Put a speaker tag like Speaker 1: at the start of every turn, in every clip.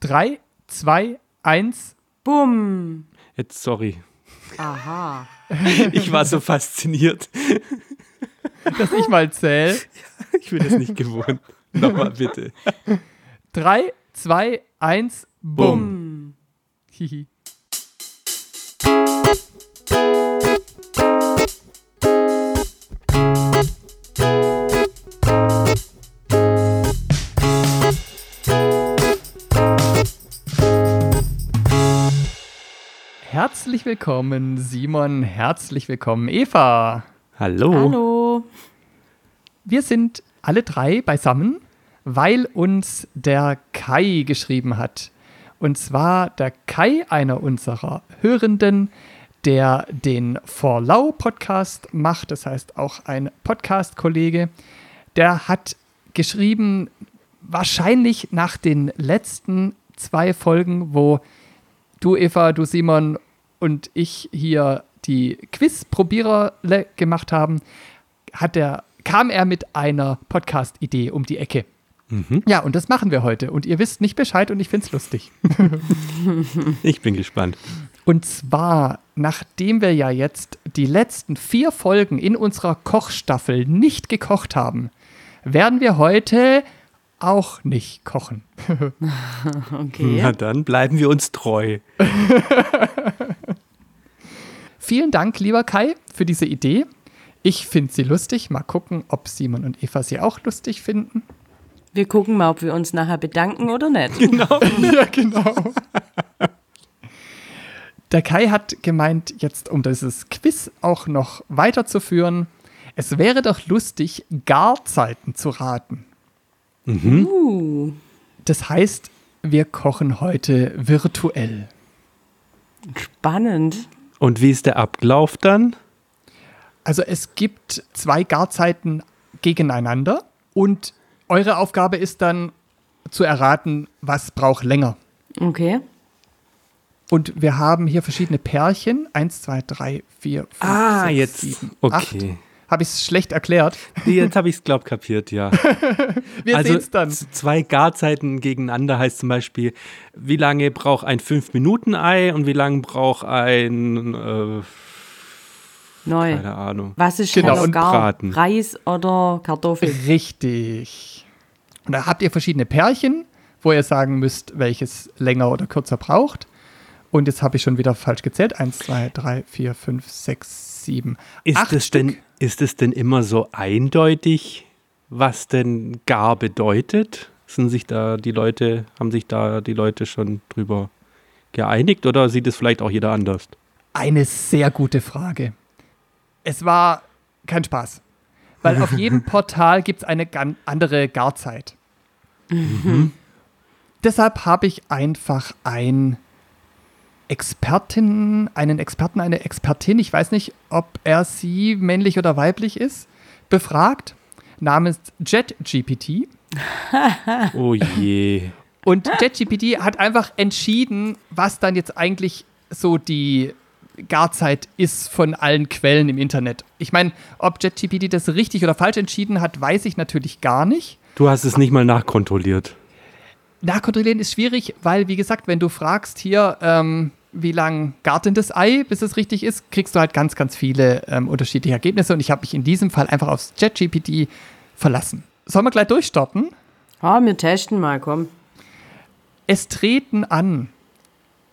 Speaker 1: 3, 2, 1.
Speaker 2: Bumm.
Speaker 3: Jetzt, sorry.
Speaker 2: Aha.
Speaker 3: Ich war so fasziniert.
Speaker 1: Dass ich mal zähle.
Speaker 3: Ich bin das nicht gewohnt. Nochmal bitte.
Speaker 1: 3, 2, 1. Bumm.
Speaker 2: Bumm.
Speaker 1: Hihi. Herzlich willkommen, Simon. Herzlich willkommen, Eva.
Speaker 3: Hallo.
Speaker 2: Hallo.
Speaker 1: Wir sind alle drei beisammen, weil uns der Kai geschrieben hat. Und zwar der Kai, einer unserer Hörenden, der den Forlau Podcast macht, das heißt auch ein Podcast-Kollege, der hat geschrieben, wahrscheinlich nach den letzten zwei Folgen, wo du Eva, du Simon und ich hier die Quiz-Probierer le- gemacht haben, hat er, kam er mit einer Podcast-Idee um die Ecke. Ja, und das machen wir heute. Und ihr wisst nicht Bescheid und ich find's lustig.
Speaker 3: Ich bin gespannt.
Speaker 1: Und zwar, nachdem wir ja jetzt die letzten vier Folgen in unserer Kochstaffel nicht gekocht haben, werden wir heute auch nicht kochen.
Speaker 3: Na Hm.
Speaker 2: Okay.
Speaker 3: dann bleiben wir uns treu.
Speaker 1: Vielen Dank, lieber Kai, für diese Idee. Ich finde sie lustig. Mal gucken, ob Simon und Eva sie auch lustig finden.
Speaker 2: Wir gucken mal, ob wir uns nachher bedanken oder nicht.
Speaker 3: Genau.
Speaker 1: Ja, genau. Der Kai hat gemeint, jetzt um dieses Quiz auch noch weiterzuführen, es wäre doch lustig, Garzeiten zu raten.
Speaker 2: Uh,
Speaker 1: Das heißt, wir kochen heute virtuell.
Speaker 2: spannend.
Speaker 3: Und wie ist der Ablauf dann?
Speaker 1: Also es gibt zwei Garzeiten gegeneinander und eure Aufgabe ist dann zu erraten, was braucht länger.
Speaker 2: Okay.
Speaker 1: Und wir haben hier verschiedene Pärchen. Eins, zwei, drei, vier, fünf,
Speaker 3: Ah,
Speaker 1: sechs,
Speaker 3: jetzt.
Speaker 1: sieben,
Speaker 3: Okay.
Speaker 1: acht. Habe ich es schlecht erklärt?
Speaker 3: Nee, Jetzt habe ich es, glaube kapiert, ja.
Speaker 1: Wir
Speaker 3: also
Speaker 1: sehen's dann.
Speaker 3: z- zwei Garzeiten gegeneinander heißt zum Beispiel, wie lange braucht ein 5-Minuten-Ei und wie lange braucht ein, äh,
Speaker 2: Neu.
Speaker 3: keine Ahnung.
Speaker 2: Was ist
Speaker 1: Genau,
Speaker 2: schneller
Speaker 1: und
Speaker 2: gar?
Speaker 3: braten.
Speaker 2: Reis oder Kartoffeln?
Speaker 1: Richtig. Und da habt ihr verschiedene Pärchen, wo ihr sagen müsst, welches länger oder kürzer braucht. Und jetzt habe ich schon wieder falsch gezählt. Eins, zwei, drei, vier, fünf, sechs, sieben,
Speaker 3: Ist
Speaker 1: acht
Speaker 3: es,
Speaker 1: Stück.
Speaker 3: denn, ist es denn immer so eindeutig, was denn gar bedeutet? Sind sich da die Leute, haben sich da die Leute schon drüber geeinigt oder sieht es vielleicht auch jeder anders?
Speaker 1: Eine sehr gute Frage. Es war kein Spaß. Weil auf jedem Portal gibt es eine gan- andere Garzeit. Deshalb habe ich einfach ein Expertin, einen Experten, eine Expertin, ich weiß nicht, ob er sie männlich oder weiblich ist, befragt, namens JetGPT.
Speaker 3: Oh je.
Speaker 1: Und ChatGPT hat einfach entschieden, was dann jetzt eigentlich so die Garzeit ist von allen Quellen im Internet. Ich meine, ob ChatGPT das richtig oder falsch entschieden hat, weiß ich natürlich gar nicht.
Speaker 3: Du hast es nicht mal nachkontrolliert.
Speaker 1: Nachkontrollieren ist schwierig, weil, wie gesagt, wenn du fragst hier, ähm, wie lang gart denn das Ei, bis es richtig ist, kriegst du halt ganz, ganz viele ähm, unterschiedliche Ergebnisse. Und ich habe mich in diesem Fall einfach aufs ChatGPT verlassen. Sollen wir gleich durchstarten?
Speaker 2: Ah, wir testen mal, komm.
Speaker 1: Es treten an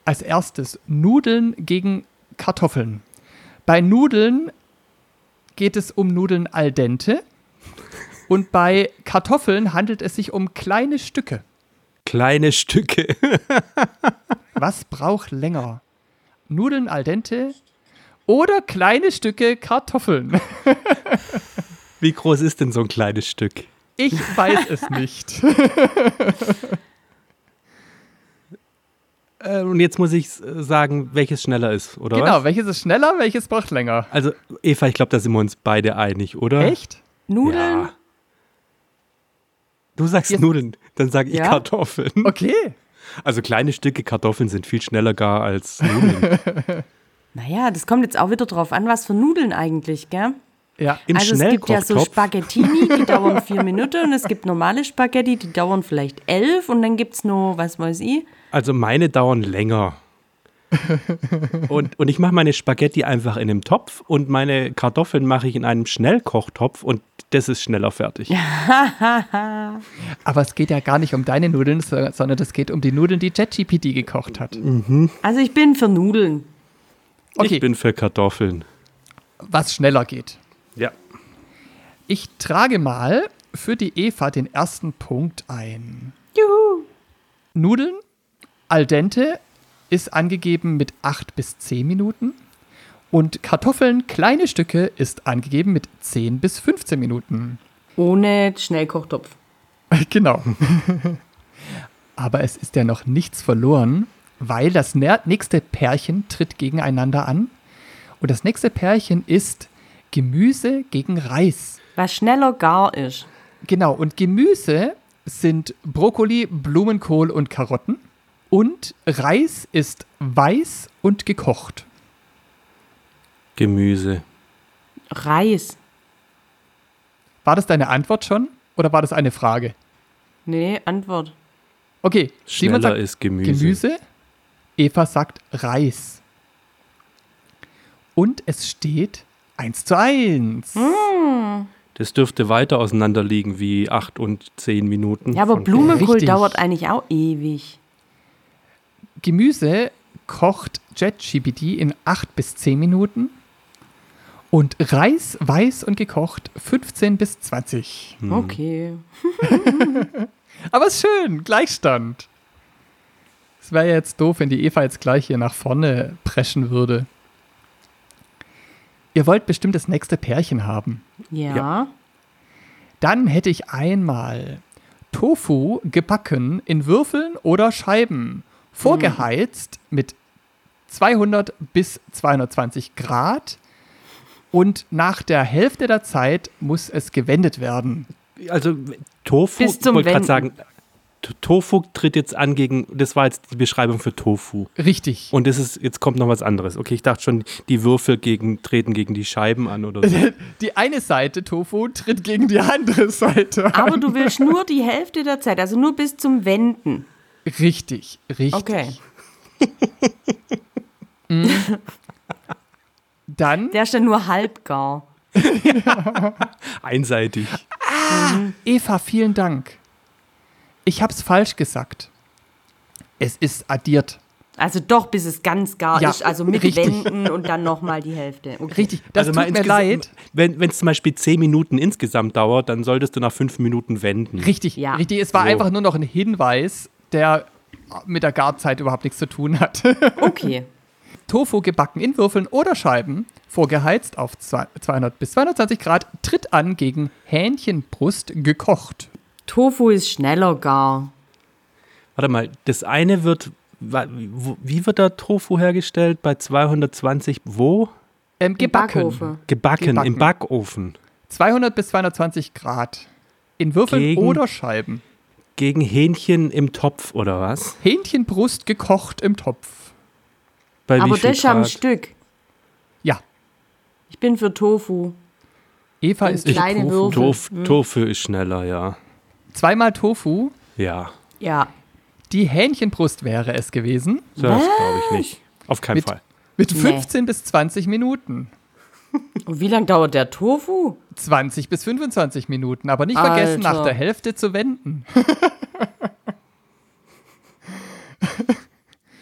Speaker 1: als erstes Nudeln gegen Kartoffeln. Bei Nudeln geht es um Nudeln al dente und bei Kartoffeln handelt es sich um kleine Stücke.
Speaker 3: Kleine Stücke.
Speaker 1: Was braucht länger? Nudeln al dente oder kleine Stücke Kartoffeln?
Speaker 3: Wie groß ist denn so ein kleines Stück?
Speaker 1: Ich weiß es nicht.
Speaker 3: Äh, und jetzt muss ich s- sagen, welches schneller ist, oder?
Speaker 1: genau,
Speaker 3: Was?
Speaker 1: welches ist schneller, welches braucht länger?
Speaker 3: Also, Eva, ich glaube, da sind wir uns beide einig, oder?
Speaker 1: Echt?
Speaker 2: Nudeln?
Speaker 3: Ja. Du sagst
Speaker 1: Jetzt-
Speaker 3: Nudeln, dann sage ich
Speaker 2: Ja.
Speaker 3: Kartoffeln.
Speaker 1: Okay.
Speaker 3: Also kleine Stücke Kartoffeln sind viel schneller gar als Nudeln.
Speaker 2: Naja, das kommt jetzt auch wieder drauf an, was für Nudeln eigentlich, gell?
Speaker 1: Ja.
Speaker 3: Im
Speaker 2: also es gibt ja so
Speaker 3: Schnellkochtopf.
Speaker 2: Spaghettini, die dauern vier Minuten und es gibt normale Spaghetti, die dauern vielleicht elf und dann gibt es nur, was weiß ich.
Speaker 3: Also meine dauern länger. und, und ich mache meine Spaghetti einfach in einem Topf und meine Kartoffeln mache ich in einem Schnellkochtopf und das ist schneller fertig.
Speaker 1: Aber es geht ja gar nicht um deine Nudeln, so- sondern es geht um die Nudeln, die ChatGPT gekocht hat.
Speaker 2: Also ich bin für Nudeln.
Speaker 1: Okay,
Speaker 3: Ich bin für Kartoffeln.
Speaker 1: was schneller geht.
Speaker 3: Ja.
Speaker 1: Ich trage mal für die Eva den ersten Punkt ein.
Speaker 2: Juhu.
Speaker 1: Nudeln al dente ist angegeben mit 8 bis 10 Minuten und Kartoffeln kleine Stücke ist angegeben mit 10 bis 15 Minuten.
Speaker 2: Ohne Schnellkochtopf.
Speaker 1: Genau. Aber es ist ja noch nichts verloren, weil das nä- nächste Pärchen tritt gegeneinander an. Und das nächste Pärchen ist Gemüse gegen Reis.
Speaker 2: Was schneller gar ist.
Speaker 1: Genau, und Gemüse sind Brokkoli, Blumenkohl und Karotten. Und Reis ist weiß und gekocht.
Speaker 3: Gemüse.
Speaker 2: Reis.
Speaker 1: War das deine Antwort schon oder war das eine Frage?
Speaker 2: Nee, Antwort.
Speaker 1: Okay, Simon
Speaker 3: Schneller
Speaker 1: sagt
Speaker 3: ist Gemüse.
Speaker 1: Gemüse. Eva sagt Reis. Und es steht 1 zu 1.
Speaker 3: Das dürfte weiter auseinander liegen wie 8 und 10 Minuten.
Speaker 2: Ja, aber
Speaker 3: von-
Speaker 2: Blumenkohl
Speaker 1: Richtig.
Speaker 2: dauert eigentlich auch ewig.
Speaker 1: Gemüse kocht JetGPT in 8 bis 10 Minuten. Und Reis weiß und gekocht 15 bis 20.
Speaker 2: Hm. Okay.
Speaker 1: Aber ist schön, Gleichstand. Es wäre ja jetzt doof, wenn die Eva jetzt gleich hier nach vorne preschen würde. Ihr wollt bestimmt das nächste Pärchen haben.
Speaker 2: Ja.
Speaker 3: Ja.
Speaker 1: Dann hätte ich einmal Tofu gebacken in Würfeln oder Scheiben, vorgeheizt mit 200 bis 220 Grad und nach der Hälfte der Zeit muss es gewendet werden.
Speaker 3: Also Tofu,
Speaker 2: Bis zum
Speaker 3: ich wollte
Speaker 2: Wenden.
Speaker 3: gerade sagen, T- Tofu tritt jetzt an gegen, das war jetzt die Beschreibung für Tofu.
Speaker 1: Richtig.
Speaker 3: Und das ist, jetzt kommt noch was anderes. Okay, ich dachte schon, die Würfel gegen, treten gegen die Scheiben an oder so.
Speaker 1: Die eine Seite Tofu tritt gegen die andere Seite. an.
Speaker 2: Aber du willst nur die Hälfte der Zeit, also nur bis zum Wenden.
Speaker 1: Richtig, richtig.
Speaker 2: Okay.
Speaker 1: Mhm. Dann
Speaker 2: Der ist dann nur halb gar.
Speaker 3: Einseitig.
Speaker 1: Eva, vielen Dank. Ich hab's falsch gesagt. Es ist addiert.
Speaker 2: Also doch, bis es ganz gar
Speaker 1: Ja,
Speaker 2: ist. Also mit
Speaker 1: richtig.
Speaker 2: Wenden und dann nochmal die Hälfte. Okay.
Speaker 1: Richtig. Das
Speaker 3: Also mal
Speaker 1: tut mir
Speaker 3: insgesa-
Speaker 1: leid.
Speaker 3: Wenn es zum Beispiel 10 Minuten insgesamt dauert, dann solltest du nach 5 Minuten wenden.
Speaker 1: Richtig,
Speaker 2: Ja.
Speaker 1: richtig. Es war
Speaker 3: So.
Speaker 1: einfach nur noch ein Hinweis, der mit der Garzeit überhaupt nichts zu tun hat.
Speaker 2: Okay.
Speaker 1: Tofu gebacken in Würfeln oder Scheiben, vorgeheizt auf zwei- 200 bis 220 Grad, tritt an gegen Hähnchenbrust gekocht.
Speaker 2: Tofu ist schneller gar.
Speaker 3: Warte mal, das eine wird, wa- wo- wie wird der Tofu hergestellt? Bei 220, wo?
Speaker 1: Ähm,
Speaker 2: Im
Speaker 1: gebacken.
Speaker 2: Backofen.
Speaker 3: Gebacken,
Speaker 1: Gebacken.
Speaker 3: im Backofen.
Speaker 1: 200 bis 220 Grad. In Würfeln
Speaker 3: Gegen-
Speaker 1: oder Scheiben.
Speaker 3: Gegen Hähnchen im Topf oder was?
Speaker 1: Hähnchenbrust gekocht im Topf.
Speaker 3: Bei wie
Speaker 2: Aber
Speaker 3: viel
Speaker 2: das ist am
Speaker 3: Grad?
Speaker 2: Stück.
Speaker 1: Ja,
Speaker 2: Ich bin für Tofu.
Speaker 1: Eva
Speaker 2: In
Speaker 1: ist für
Speaker 2: kleinen
Speaker 1: Tofu.
Speaker 2: Würfeln.
Speaker 3: Tof, Tofu ist schneller, ja.
Speaker 1: Zweimal Tofu.
Speaker 3: Ja,
Speaker 2: Ja.
Speaker 1: Die Hähnchenbrust wäre es gewesen.
Speaker 3: das glaube ich nicht. Auf keinen
Speaker 1: Mit-
Speaker 3: Fall.
Speaker 1: Mit
Speaker 2: Nee.
Speaker 1: 15 bis 20 Minuten.
Speaker 2: Und wie lange dauert der Tofu?
Speaker 1: 20 bis 25 Minuten. Aber nicht
Speaker 2: Alter.
Speaker 1: vergessen, nach der Hälfte zu wenden.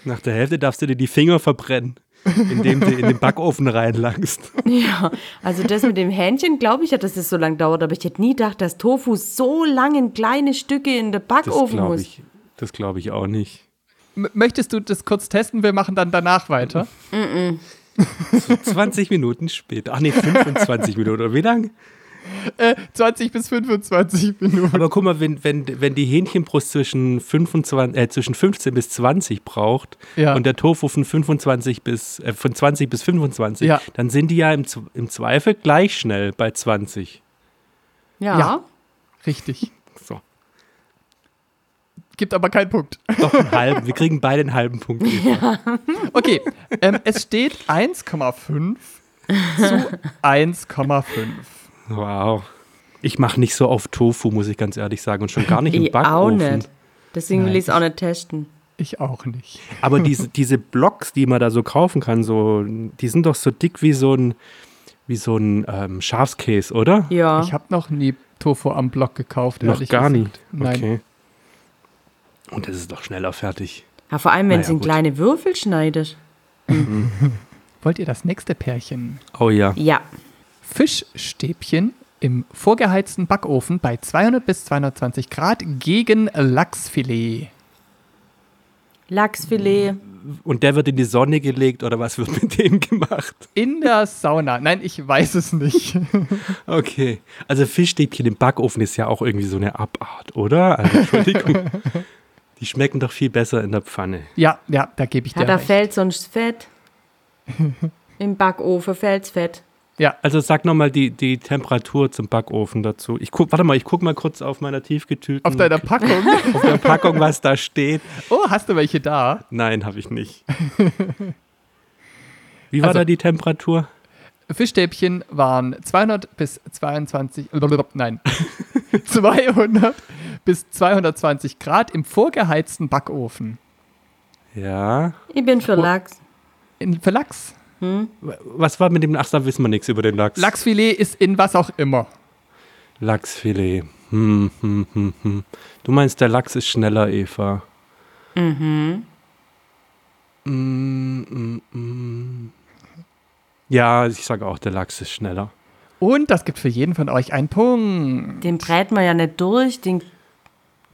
Speaker 3: Nach der Hälfte darfst du dir die Finger verbrennen, indem du in den Backofen reinlangst.
Speaker 2: Also das mit dem Hähnchen, glaube ich ja, dass es so lange dauert. Aber ich hätte nie gedacht, dass Tofu so lange in kleine Stücke in den
Speaker 3: Das
Speaker 2: Backofen
Speaker 3: glaube
Speaker 2: muss.
Speaker 3: ich, das glaub ich auch nicht.
Speaker 1: M möchtest du das kurz testen? Wir machen dann danach weiter.
Speaker 3: 20 Minuten später. Ach nee, 25 Minuten. Oder wie lang?
Speaker 1: 20 bis 25 Minuten.
Speaker 3: Aber guck mal, wenn, wenn, wenn die Hähnchenbrust zwischen, 25, äh, zwischen 15 bis 20 braucht
Speaker 1: Ja.
Speaker 3: und der Tofu von, 25 bis, äh, von 20 bis 25,
Speaker 1: Ja.
Speaker 3: dann sind die ja im, Z- im Zweifel gleich schnell bei 20.
Speaker 2: Ja.
Speaker 1: Ja. Richtig.
Speaker 3: So,
Speaker 1: Gibt aber keinen Punkt.
Speaker 3: doch einen halben. Wir kriegen beide einen halben Punkt. Ja.
Speaker 1: Okay, ähm, es steht 1,5 zu 1,5.
Speaker 3: Wow. Ich mache nicht so auf Tofu, muss ich ganz ehrlich sagen. Und schon gar nicht im
Speaker 2: Ich auch
Speaker 3: Backofen.
Speaker 2: nicht. Deswegen will
Speaker 1: Nein.
Speaker 2: ich es auch nicht testen.
Speaker 1: Ich auch nicht.
Speaker 3: Aber diese, diese Blocks, die man da so kaufen kann, so, die sind doch so dick wie so ein, wie so ein ähm, Schafskäse, oder?
Speaker 2: Ja.
Speaker 1: Ich habe noch nie Tofu am Block gekauft.
Speaker 3: Noch
Speaker 1: ehrlich
Speaker 3: gar
Speaker 1: gesagt.
Speaker 3: nicht.
Speaker 1: Nein.
Speaker 3: Okay. Und das ist doch schneller fertig.
Speaker 2: ja vor allem, wenn
Speaker 3: Naja,
Speaker 2: es in
Speaker 3: gut.
Speaker 2: kleine Würfel schneidet.
Speaker 1: Wollt ihr das nächste Pärchen?
Speaker 3: Oh ja.
Speaker 2: Ja.
Speaker 1: Fischstäbchen im vorgeheizten Backofen bei 200 bis 220 Grad gegen Lachsfilet.
Speaker 2: Lachsfilet.
Speaker 3: Und der wird in die Sonne gelegt oder was wird mit dem gemacht?
Speaker 1: In der Sauna. Nein, ich weiß es nicht.
Speaker 3: Okay. Also Fischstäbchen im Backofen ist ja auch irgendwie so eine Abart, oder? Also, Entschuldigung. die schmecken doch viel besser in der Pfanne.
Speaker 1: Ja, ja, da gebe ich
Speaker 2: Ja,
Speaker 1: dir
Speaker 2: da
Speaker 1: recht.
Speaker 2: fällt sonst Fett. Im Backofen fällt's Fett.
Speaker 1: Ja,
Speaker 3: Also sag nochmal die, die Temperatur zum Backofen dazu. Ich guck, warte mal, ich guck mal kurz auf meiner tiefgetüten
Speaker 1: auf deiner Packung.
Speaker 3: auf der Packung, was da steht.
Speaker 1: Oh, hast du welche da?
Speaker 3: Nein, habe ich nicht. Wie war
Speaker 1: Also-
Speaker 3: da die Temperatur?
Speaker 1: Fischstäbchen waren 200 bis 22, nein, 200 bis 220 Grad im vorgeheizten Backofen.
Speaker 3: Ja.
Speaker 2: Ich bin für Lachs.
Speaker 1: In, für Lachs.
Speaker 3: Was war mit dem Lachs? Da wissen wir nichts über den Lachs.
Speaker 1: Lachsfilet ist in was auch immer.
Speaker 3: Lachsfilet. Hm, hm, hm, hm. Du meinst, der Lachs ist schneller, Eva. Mhm. Mm, mm, mm. Ja, ich sage auch, der Lachs ist schneller.
Speaker 1: Und das gibt für jeden von euch einen Punkt.
Speaker 2: Den brät man ja nicht durch. Den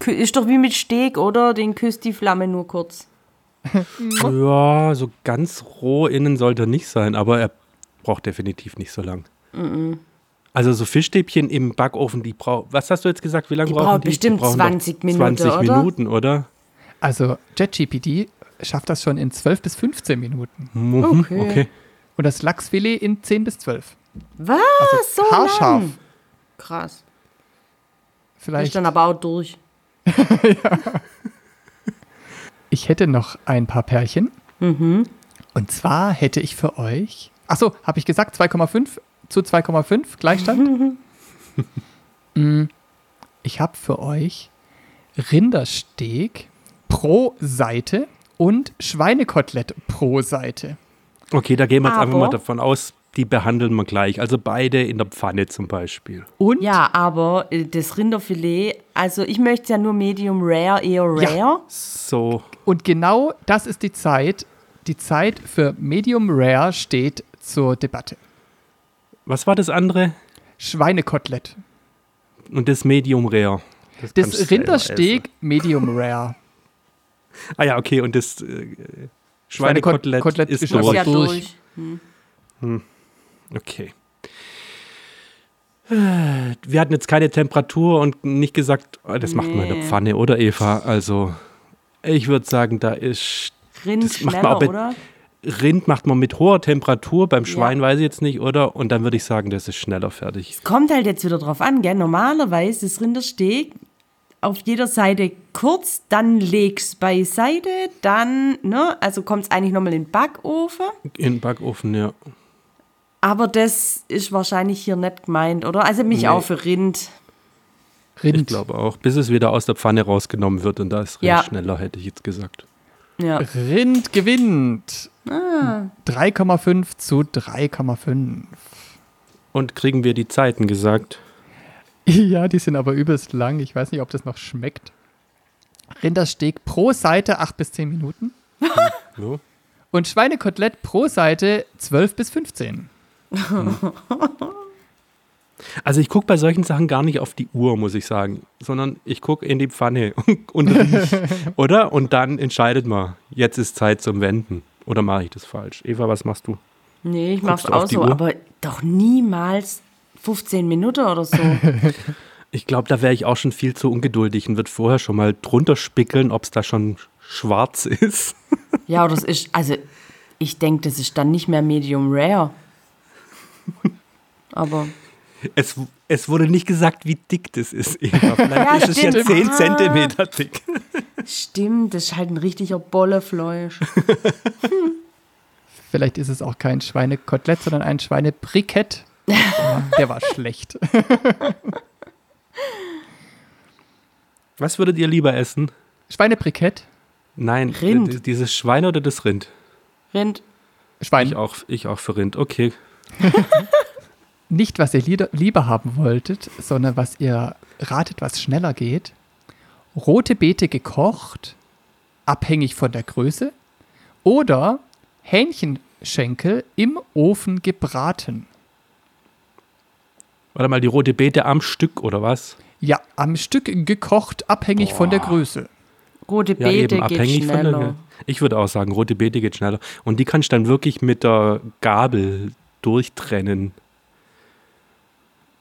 Speaker 2: kü- ist doch wie mit Steak, oder? Den küsst die Flamme nur kurz.
Speaker 3: Ja, so ganz roh innen sollte er nicht sein, aber er braucht definitiv nicht so lang. Also so Fischstäbchen im Backofen, die braucht, was hast du jetzt gesagt, wie lange
Speaker 2: Die
Speaker 3: brauchen
Speaker 2: braucht
Speaker 3: die?
Speaker 2: bestimmt
Speaker 3: die brauchen
Speaker 2: 20 Minuten,
Speaker 3: 20
Speaker 2: oder?
Speaker 3: Minuten, oder?
Speaker 1: Also JetGPT schafft das schon in 12 bis 15 Minuten.
Speaker 3: Mhm,
Speaker 2: Okay.
Speaker 3: okay.
Speaker 1: Und das Lachsfilet in 10 bis 12.
Speaker 2: Was? so
Speaker 1: Also Haarscharf.
Speaker 2: lang? Krass. Ist
Speaker 1: Vielleicht.
Speaker 2: dann aber auch durch.
Speaker 1: Ich hätte noch ein paar Pärchen.
Speaker 2: Mhm.
Speaker 1: Und zwar hätte ich für euch. Achso, habe ich gesagt, 2,5 zu 2,5 Gleichstand? Mm, ich habe für euch Rindersteak pro Seite und Schweinekotelett pro Seite.
Speaker 3: Okay, da gehen wir jetzt einfach
Speaker 2: Aber-
Speaker 3: mal davon aus, die behandeln wir gleich. Also beide in der Pfanne zum Beispiel.
Speaker 1: Und
Speaker 2: Ja, aber äh, das Rinderfilet, also ich möchte es ja nur medium rare,
Speaker 1: Ja.
Speaker 2: eher rare.
Speaker 3: So,
Speaker 1: Und genau das ist die Zeit. Die Zeit für Medium Rare steht zur Debatte.
Speaker 3: was war das andere?
Speaker 1: Schweinekotelett.
Speaker 3: Und das Medium Rare. kannst du
Speaker 1: Das
Speaker 3: selber
Speaker 1: Rindersteak Medium Rare.
Speaker 3: essen. Ah ja, okay, und das äh, Schweinekotelett
Speaker 1: Kotelett
Speaker 3: ist
Speaker 1: ist aber
Speaker 2: Ist
Speaker 3: durch.
Speaker 2: ja
Speaker 1: durch.
Speaker 2: durch.
Speaker 3: Okay. Äh, Wir hatten jetzt keine Temperatur und nicht gesagt, ah, das macht man in der
Speaker 2: Nee.
Speaker 3: Pfanne, oder Eva? Also, ich würde sagen, da ist
Speaker 2: Rind
Speaker 3: Das macht man
Speaker 2: schneller,
Speaker 3: auch mit-
Speaker 2: oder?
Speaker 3: Rind macht man mit hoher Temperatur, beim Schwein weiß ich jetzt nicht, oder? Und dann würde ich sagen, das ist schneller fertig.
Speaker 2: Kommt halt jetzt wieder drauf an, gell? Normalerweise ist Rindersteak auf jeder Seite kurz, dann legst beiseite, dann, ne? Also kommt es eigentlich nochmal in den Backofen.
Speaker 3: In den Backofen, ja.
Speaker 2: Aber das ist wahrscheinlich hier nicht gemeint, oder? Also mich
Speaker 3: Nee.
Speaker 2: auch für Rind.
Speaker 3: Ich
Speaker 1: Rind.
Speaker 3: glaube auch, bis es wieder aus der Pfanne rausgenommen wird und da ist Rind
Speaker 2: Ja.
Speaker 3: schneller, hätte ich jetzt gesagt.
Speaker 2: Ja.
Speaker 1: Rind gewinnt. 3,5 zu 3,5.
Speaker 3: Und kriegen wir die Zeiten gesagt?
Speaker 1: Ja, die sind aber übelst lang. Ich weiß nicht, ob das noch schmeckt. Rindersteak pro Seite 8 bis 10 Minuten.
Speaker 3: So.
Speaker 1: Und Schweinekotelett pro Seite 12 bis 15.
Speaker 3: Also ich gucke bei solchen Sachen gar nicht auf die Uhr, muss ich sagen, sondern ich gucke in die Pfanne und, und riech, oder? Und dann entscheidet man, jetzt ist Zeit zum Wenden. Oder mache ich das falsch? Eva, was machst du?
Speaker 2: Nee, ich
Speaker 3: Guckst
Speaker 2: mach's
Speaker 3: du auf
Speaker 2: auch
Speaker 3: die
Speaker 2: so,
Speaker 3: Uhr?
Speaker 2: aber doch niemals 15 Minuten oder so.
Speaker 3: Ich glaube, da wäre ich auch schon viel zu ungeduldig und würde vorher schon mal drunter spickeln, ob es da schon schwarz ist.
Speaker 2: ja, aber das ist, also ich denke, das ist dann nicht mehr medium rare. Aber
Speaker 3: Es, es wurde nicht gesagt, wie dick das ist, Eva. Vielleicht
Speaker 2: Ja,
Speaker 3: ist es ja
Speaker 2: stimmt.
Speaker 3: 10
Speaker 2: Ah.
Speaker 3: Zentimeter dick.
Speaker 2: stimmt, das ist halt ein richtiger Bollefleisch.
Speaker 1: Vielleicht ist es auch kein Schweinekotelett, sondern ein Schweinebrikett. Der war schlecht.
Speaker 3: Was würdet ihr lieber essen?
Speaker 1: Schweinebrikett?
Speaker 3: Nein,
Speaker 2: Rind.
Speaker 3: d- dieses Schwein oder das Rind?
Speaker 2: Rind.
Speaker 3: Ich
Speaker 1: Schwein.
Speaker 3: auch, ich auch für Rind. Okay.
Speaker 1: Nicht, was ihr lieder- lieber haben wolltet, sondern was ihr ratet, was schneller geht. Rote Beete gekocht, abhängig von der Größe. Oder Hähnchenschenkel im Ofen gebraten.
Speaker 3: Warte mal, die rote Beete am Stück oder was?
Speaker 1: Ja, am Stück gekocht, abhängig von der Größe.
Speaker 2: Rote
Speaker 3: Ja,
Speaker 2: Beete
Speaker 3: eben
Speaker 2: geht
Speaker 3: abhängig von
Speaker 2: schneller.
Speaker 3: der. Ich würde auch sagen, rote Beete geht schneller. Und die kannst du dann wirklich mit der Gabel durchtrennen.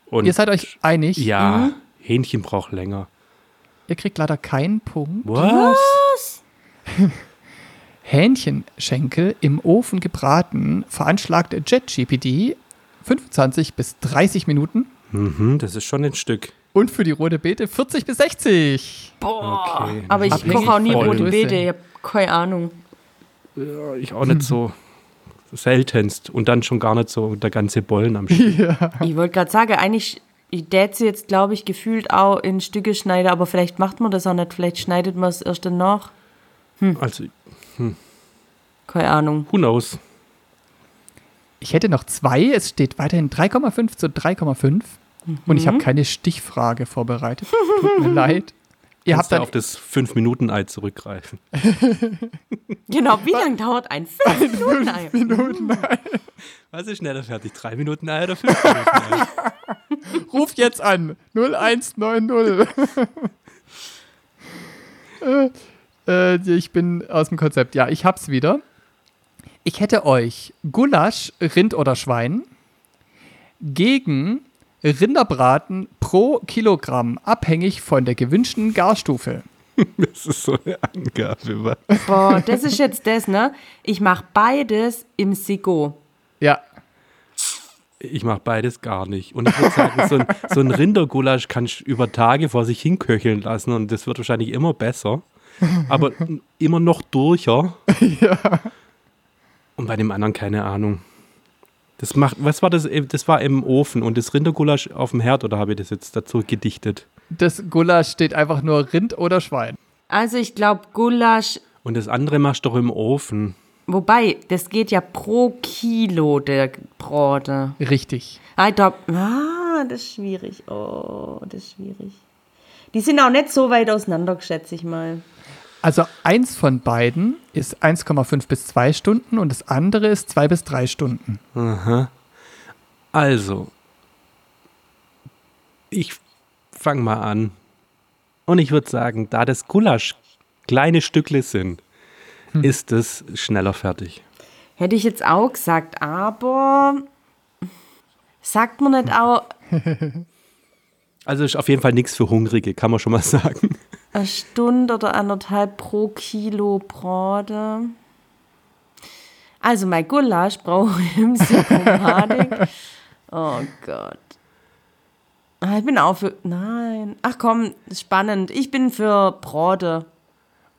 Speaker 3: Und
Speaker 1: Ihr seid euch einig.
Speaker 3: Ja,
Speaker 2: Hm?
Speaker 3: Hähnchen braucht länger.
Speaker 1: Ihr kriegt leider keinen Punkt.
Speaker 3: Was?
Speaker 1: Hähnchenschenkel im Ofen gebraten veranschlagt JetGPD 25 bis 30 Minuten
Speaker 3: Mhm, das ist schon ein Stück.
Speaker 1: und für die rote Beete 40 bis 60.
Speaker 2: Boah.
Speaker 3: Okay.
Speaker 2: Aber ich
Speaker 1: Abhängig
Speaker 2: koche auch nie
Speaker 3: von
Speaker 2: rote
Speaker 1: Größe.
Speaker 2: Beete. Ich habe keine Ahnung.
Speaker 3: Ja, ich auch nicht so. Seltenst. Und dann schon gar nicht so der ganze Bollen am Stück.
Speaker 2: Ich wollte gerade sagen, eigentlich, ich dät sie jetzt, glaube ich, gefühlt auch in Stücke schneiden, aber vielleicht macht man das auch nicht. Vielleicht schneidet man es erst danach.
Speaker 3: Also,
Speaker 2: Keine Ahnung.
Speaker 3: who knows?
Speaker 1: Ich hätte noch zwei, es steht weiterhin 3,5 zu 3,5 und
Speaker 3: Mhm.
Speaker 1: ich habe keine Stichfrage vorbereitet. Tut mir leid. Ihr habt
Speaker 3: Kannst du
Speaker 1: dann
Speaker 3: auf das 5-Minuten-Ei zurückgreifen.
Speaker 2: Genau, wie lange dauert ein
Speaker 3: Also
Speaker 2: 5 Minuten Ei?
Speaker 3: Was ist schneller fertig? 3 Minuten Ei oder 5 Minuten Ei?
Speaker 1: Ruf jetzt an. 0190. äh, äh, ich bin aus dem Konzept. Ja, ich hab's wieder. Ich hätte euch Gulasch, Rind oder Schwein gegen Rinderbraten pro Kilogramm, abhängig von der gewünschten Garstufe.
Speaker 3: Das ist so eine Angabe. wa?
Speaker 2: Boah, das ist jetzt das, ne? Ich mache beides im Sigo.
Speaker 1: Ja,
Speaker 3: Ich mache beides gar nicht. Und ich würde sagen, so ein, so ein Rindergulasch kannst du über Tage vor sich hinköcheln lassen und das wird wahrscheinlich immer besser, aber immer noch durcher. Und bei dem anderen keine Ahnung. Das macht, was war das? äh, Das war im Ofen und das Rindergulasch auf dem Herd oder habe ich das jetzt dazu gedichtet?
Speaker 1: das Gulasch steht einfach nur Rind oder Schwein.
Speaker 2: Also ich glaube Gulasch,
Speaker 3: Und das andere machst du doch im Ofen.
Speaker 2: wobei, das geht ja pro Kilo der Brote.
Speaker 1: Richtig.
Speaker 2: Ah, Ich glaub, ah, das ist schwierig. Oh, das ist schwierig. Die sind auch nicht so weit auseinander, schätze ich mal.
Speaker 1: Also eins von beiden ist 1,5 bis 2 Stunden und das andere ist 2 bis 3 Stunden.
Speaker 3: Also, ich fange mal an. Und ich würde sagen, da das Gulasch kleine Stückle sind,
Speaker 2: Hm.
Speaker 3: ist es schneller fertig.
Speaker 2: Hätte ich jetzt auch gesagt, aber sagt man nicht auch,
Speaker 3: Also ist auf jeden Fall nichts für Hungrige, kann man schon mal sagen.
Speaker 2: Eine Stunde oder anderthalb pro Kilo Brote. Also mein Gulasch brauche ich im Symptomatik. oh Gott. Ah, Ich bin auch für. Nein. Ach komm, ist spannend. Ich bin für Brote.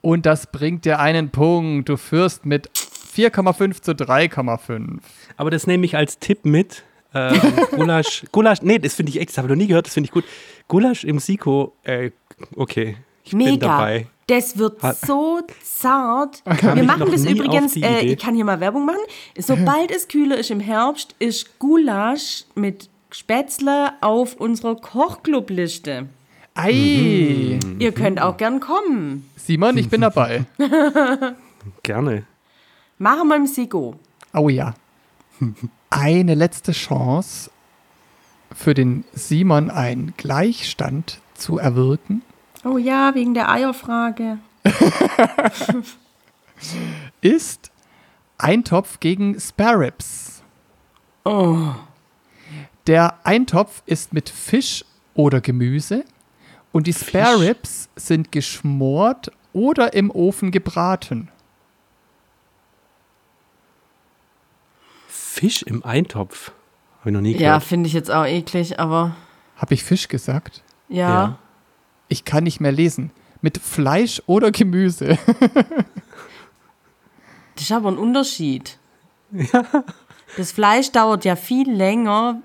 Speaker 1: Und das bringt dir einen Punkt. Du führst mit 4,5 zu 3,5.
Speaker 3: Aber das nehme ich als Tipp mit. Ähm, Gulasch, Gulasch, nee, das finde ich echt, das habe ich noch nie gehört, das finde ich gut. Gulasch im Siko, äh, okay, ich bin
Speaker 2: Mega.
Speaker 3: dabei.
Speaker 2: Das wird
Speaker 3: Hat-
Speaker 2: so zart.
Speaker 3: Kam
Speaker 2: Wir
Speaker 3: ich
Speaker 2: machen
Speaker 3: noch
Speaker 2: das
Speaker 3: nie auf
Speaker 2: übrigens,
Speaker 3: die
Speaker 2: äh,
Speaker 3: Idee.
Speaker 2: ich kann hier mal Werbung machen. Sobald es kühler ist im Herbst, ist Gulasch mit Spätzle auf unserer Kochclubliste.
Speaker 1: Ei!
Speaker 2: Ihr
Speaker 3: Mhm.
Speaker 2: könnt auch gern kommen.
Speaker 1: Simon, ich bin dabei.
Speaker 3: Gerne.
Speaker 2: Machen wir im Sigo.
Speaker 1: Oh ja. Eine letzte Chance für den Simon einen Gleichstand zu erwirken.
Speaker 2: Oh ja, wegen der Eierfrage.
Speaker 1: ist Eintopf gegen Spare Ribs.
Speaker 2: Oh.
Speaker 1: Der Eintopf ist mit Fisch oder Gemüse und die Spare
Speaker 3: Fisch.
Speaker 1: Ribs sind geschmort oder im Ofen gebraten.
Speaker 3: Fisch im Eintopf, habe ich noch nie
Speaker 2: Ja,
Speaker 3: gehört.
Speaker 2: finde ich jetzt auch eklig, aber
Speaker 1: Habe ich Fisch gesagt?
Speaker 2: ja.
Speaker 3: Ja.
Speaker 1: Ich kann nicht mehr lesen. Mit Fleisch oder Gemüse.
Speaker 2: Das ist aber ein Unterschied. Das Fleisch dauert ja viel länger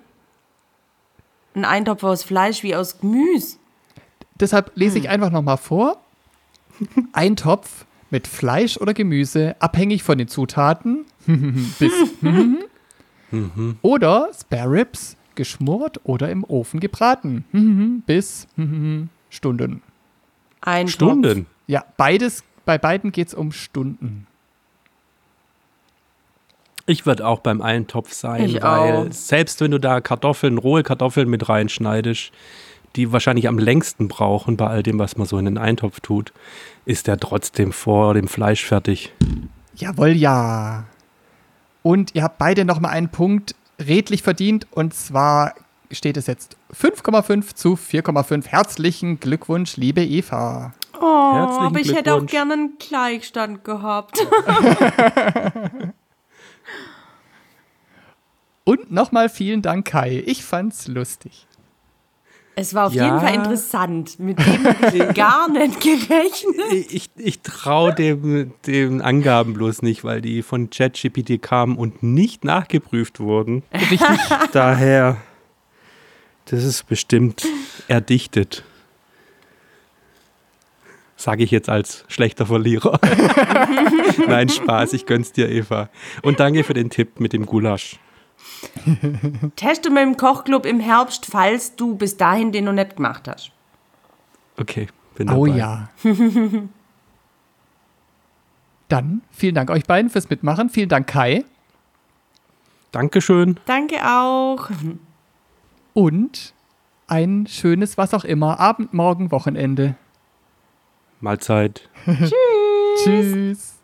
Speaker 2: ein Eintopf aus Fleisch wie aus Gemüse.
Speaker 1: Deshalb lese ich einfach nochmal vor. Ein Topf mit Fleisch oder Gemüse, abhängig von den Zutaten, bis oder Spare Ribs, geschmort oder im Ofen gebraten, bis Stunden.
Speaker 2: Ein
Speaker 3: Stunden.
Speaker 1: Ja, beides, bei beiden geht es um Stunden.
Speaker 3: Ich würde auch beim Eintopf sein,
Speaker 2: Ich
Speaker 3: weil
Speaker 2: auch.
Speaker 3: selbst wenn du da Kartoffeln, rohe Kartoffeln mit reinschneidest, die wahrscheinlich am längsten brauchen bei all dem, was man so in den Eintopf tut, ist der trotzdem vor dem Fleisch fertig.
Speaker 1: Jawohl, ja. Und ihr habt beide nochmal einen Punkt redlich verdient. Und zwar steht es jetzt 5,5 zu 4,5. Herzlichen Glückwunsch, liebe Eva.
Speaker 2: Topf. Oh,
Speaker 3: Herzlichen
Speaker 2: aber ich hätte auch
Speaker 3: Glückwunsch.
Speaker 2: gerne einen Gleichstand gehabt.
Speaker 1: Und nochmal vielen Dank, Kai. Ich fand's lustig.
Speaker 2: Es war auf
Speaker 3: Ja.
Speaker 2: jeden Fall interessant. Mit dem hätte ich gar nicht gerechnet.
Speaker 3: Ich, ich traue dem, den Angaben bloß nicht, weil die von ChatGPT kamen und nicht nachgeprüft wurden.
Speaker 1: Richtig.
Speaker 3: Daher, das ist bestimmt erdichtet. Sage ich jetzt als schlechter Verlierer. Nein, Spaß, ich gönn's dir, Eva. Und danke für den Tipp mit dem Gulasch.
Speaker 2: Teste mit dem Kochclub im Herbst, falls du bis dahin den noch nicht gemacht hast.
Speaker 3: Okay, bin dabei.
Speaker 1: oh ja. Dann vielen Dank euch beiden fürs Mitmachen. Vielen Dank, Kai.
Speaker 3: Dankeschön.
Speaker 2: Danke auch.
Speaker 1: Und ein schönes, was auch immer, Abend, Morgen, Wochenende.
Speaker 3: Mahlzeit.
Speaker 1: Tschüss.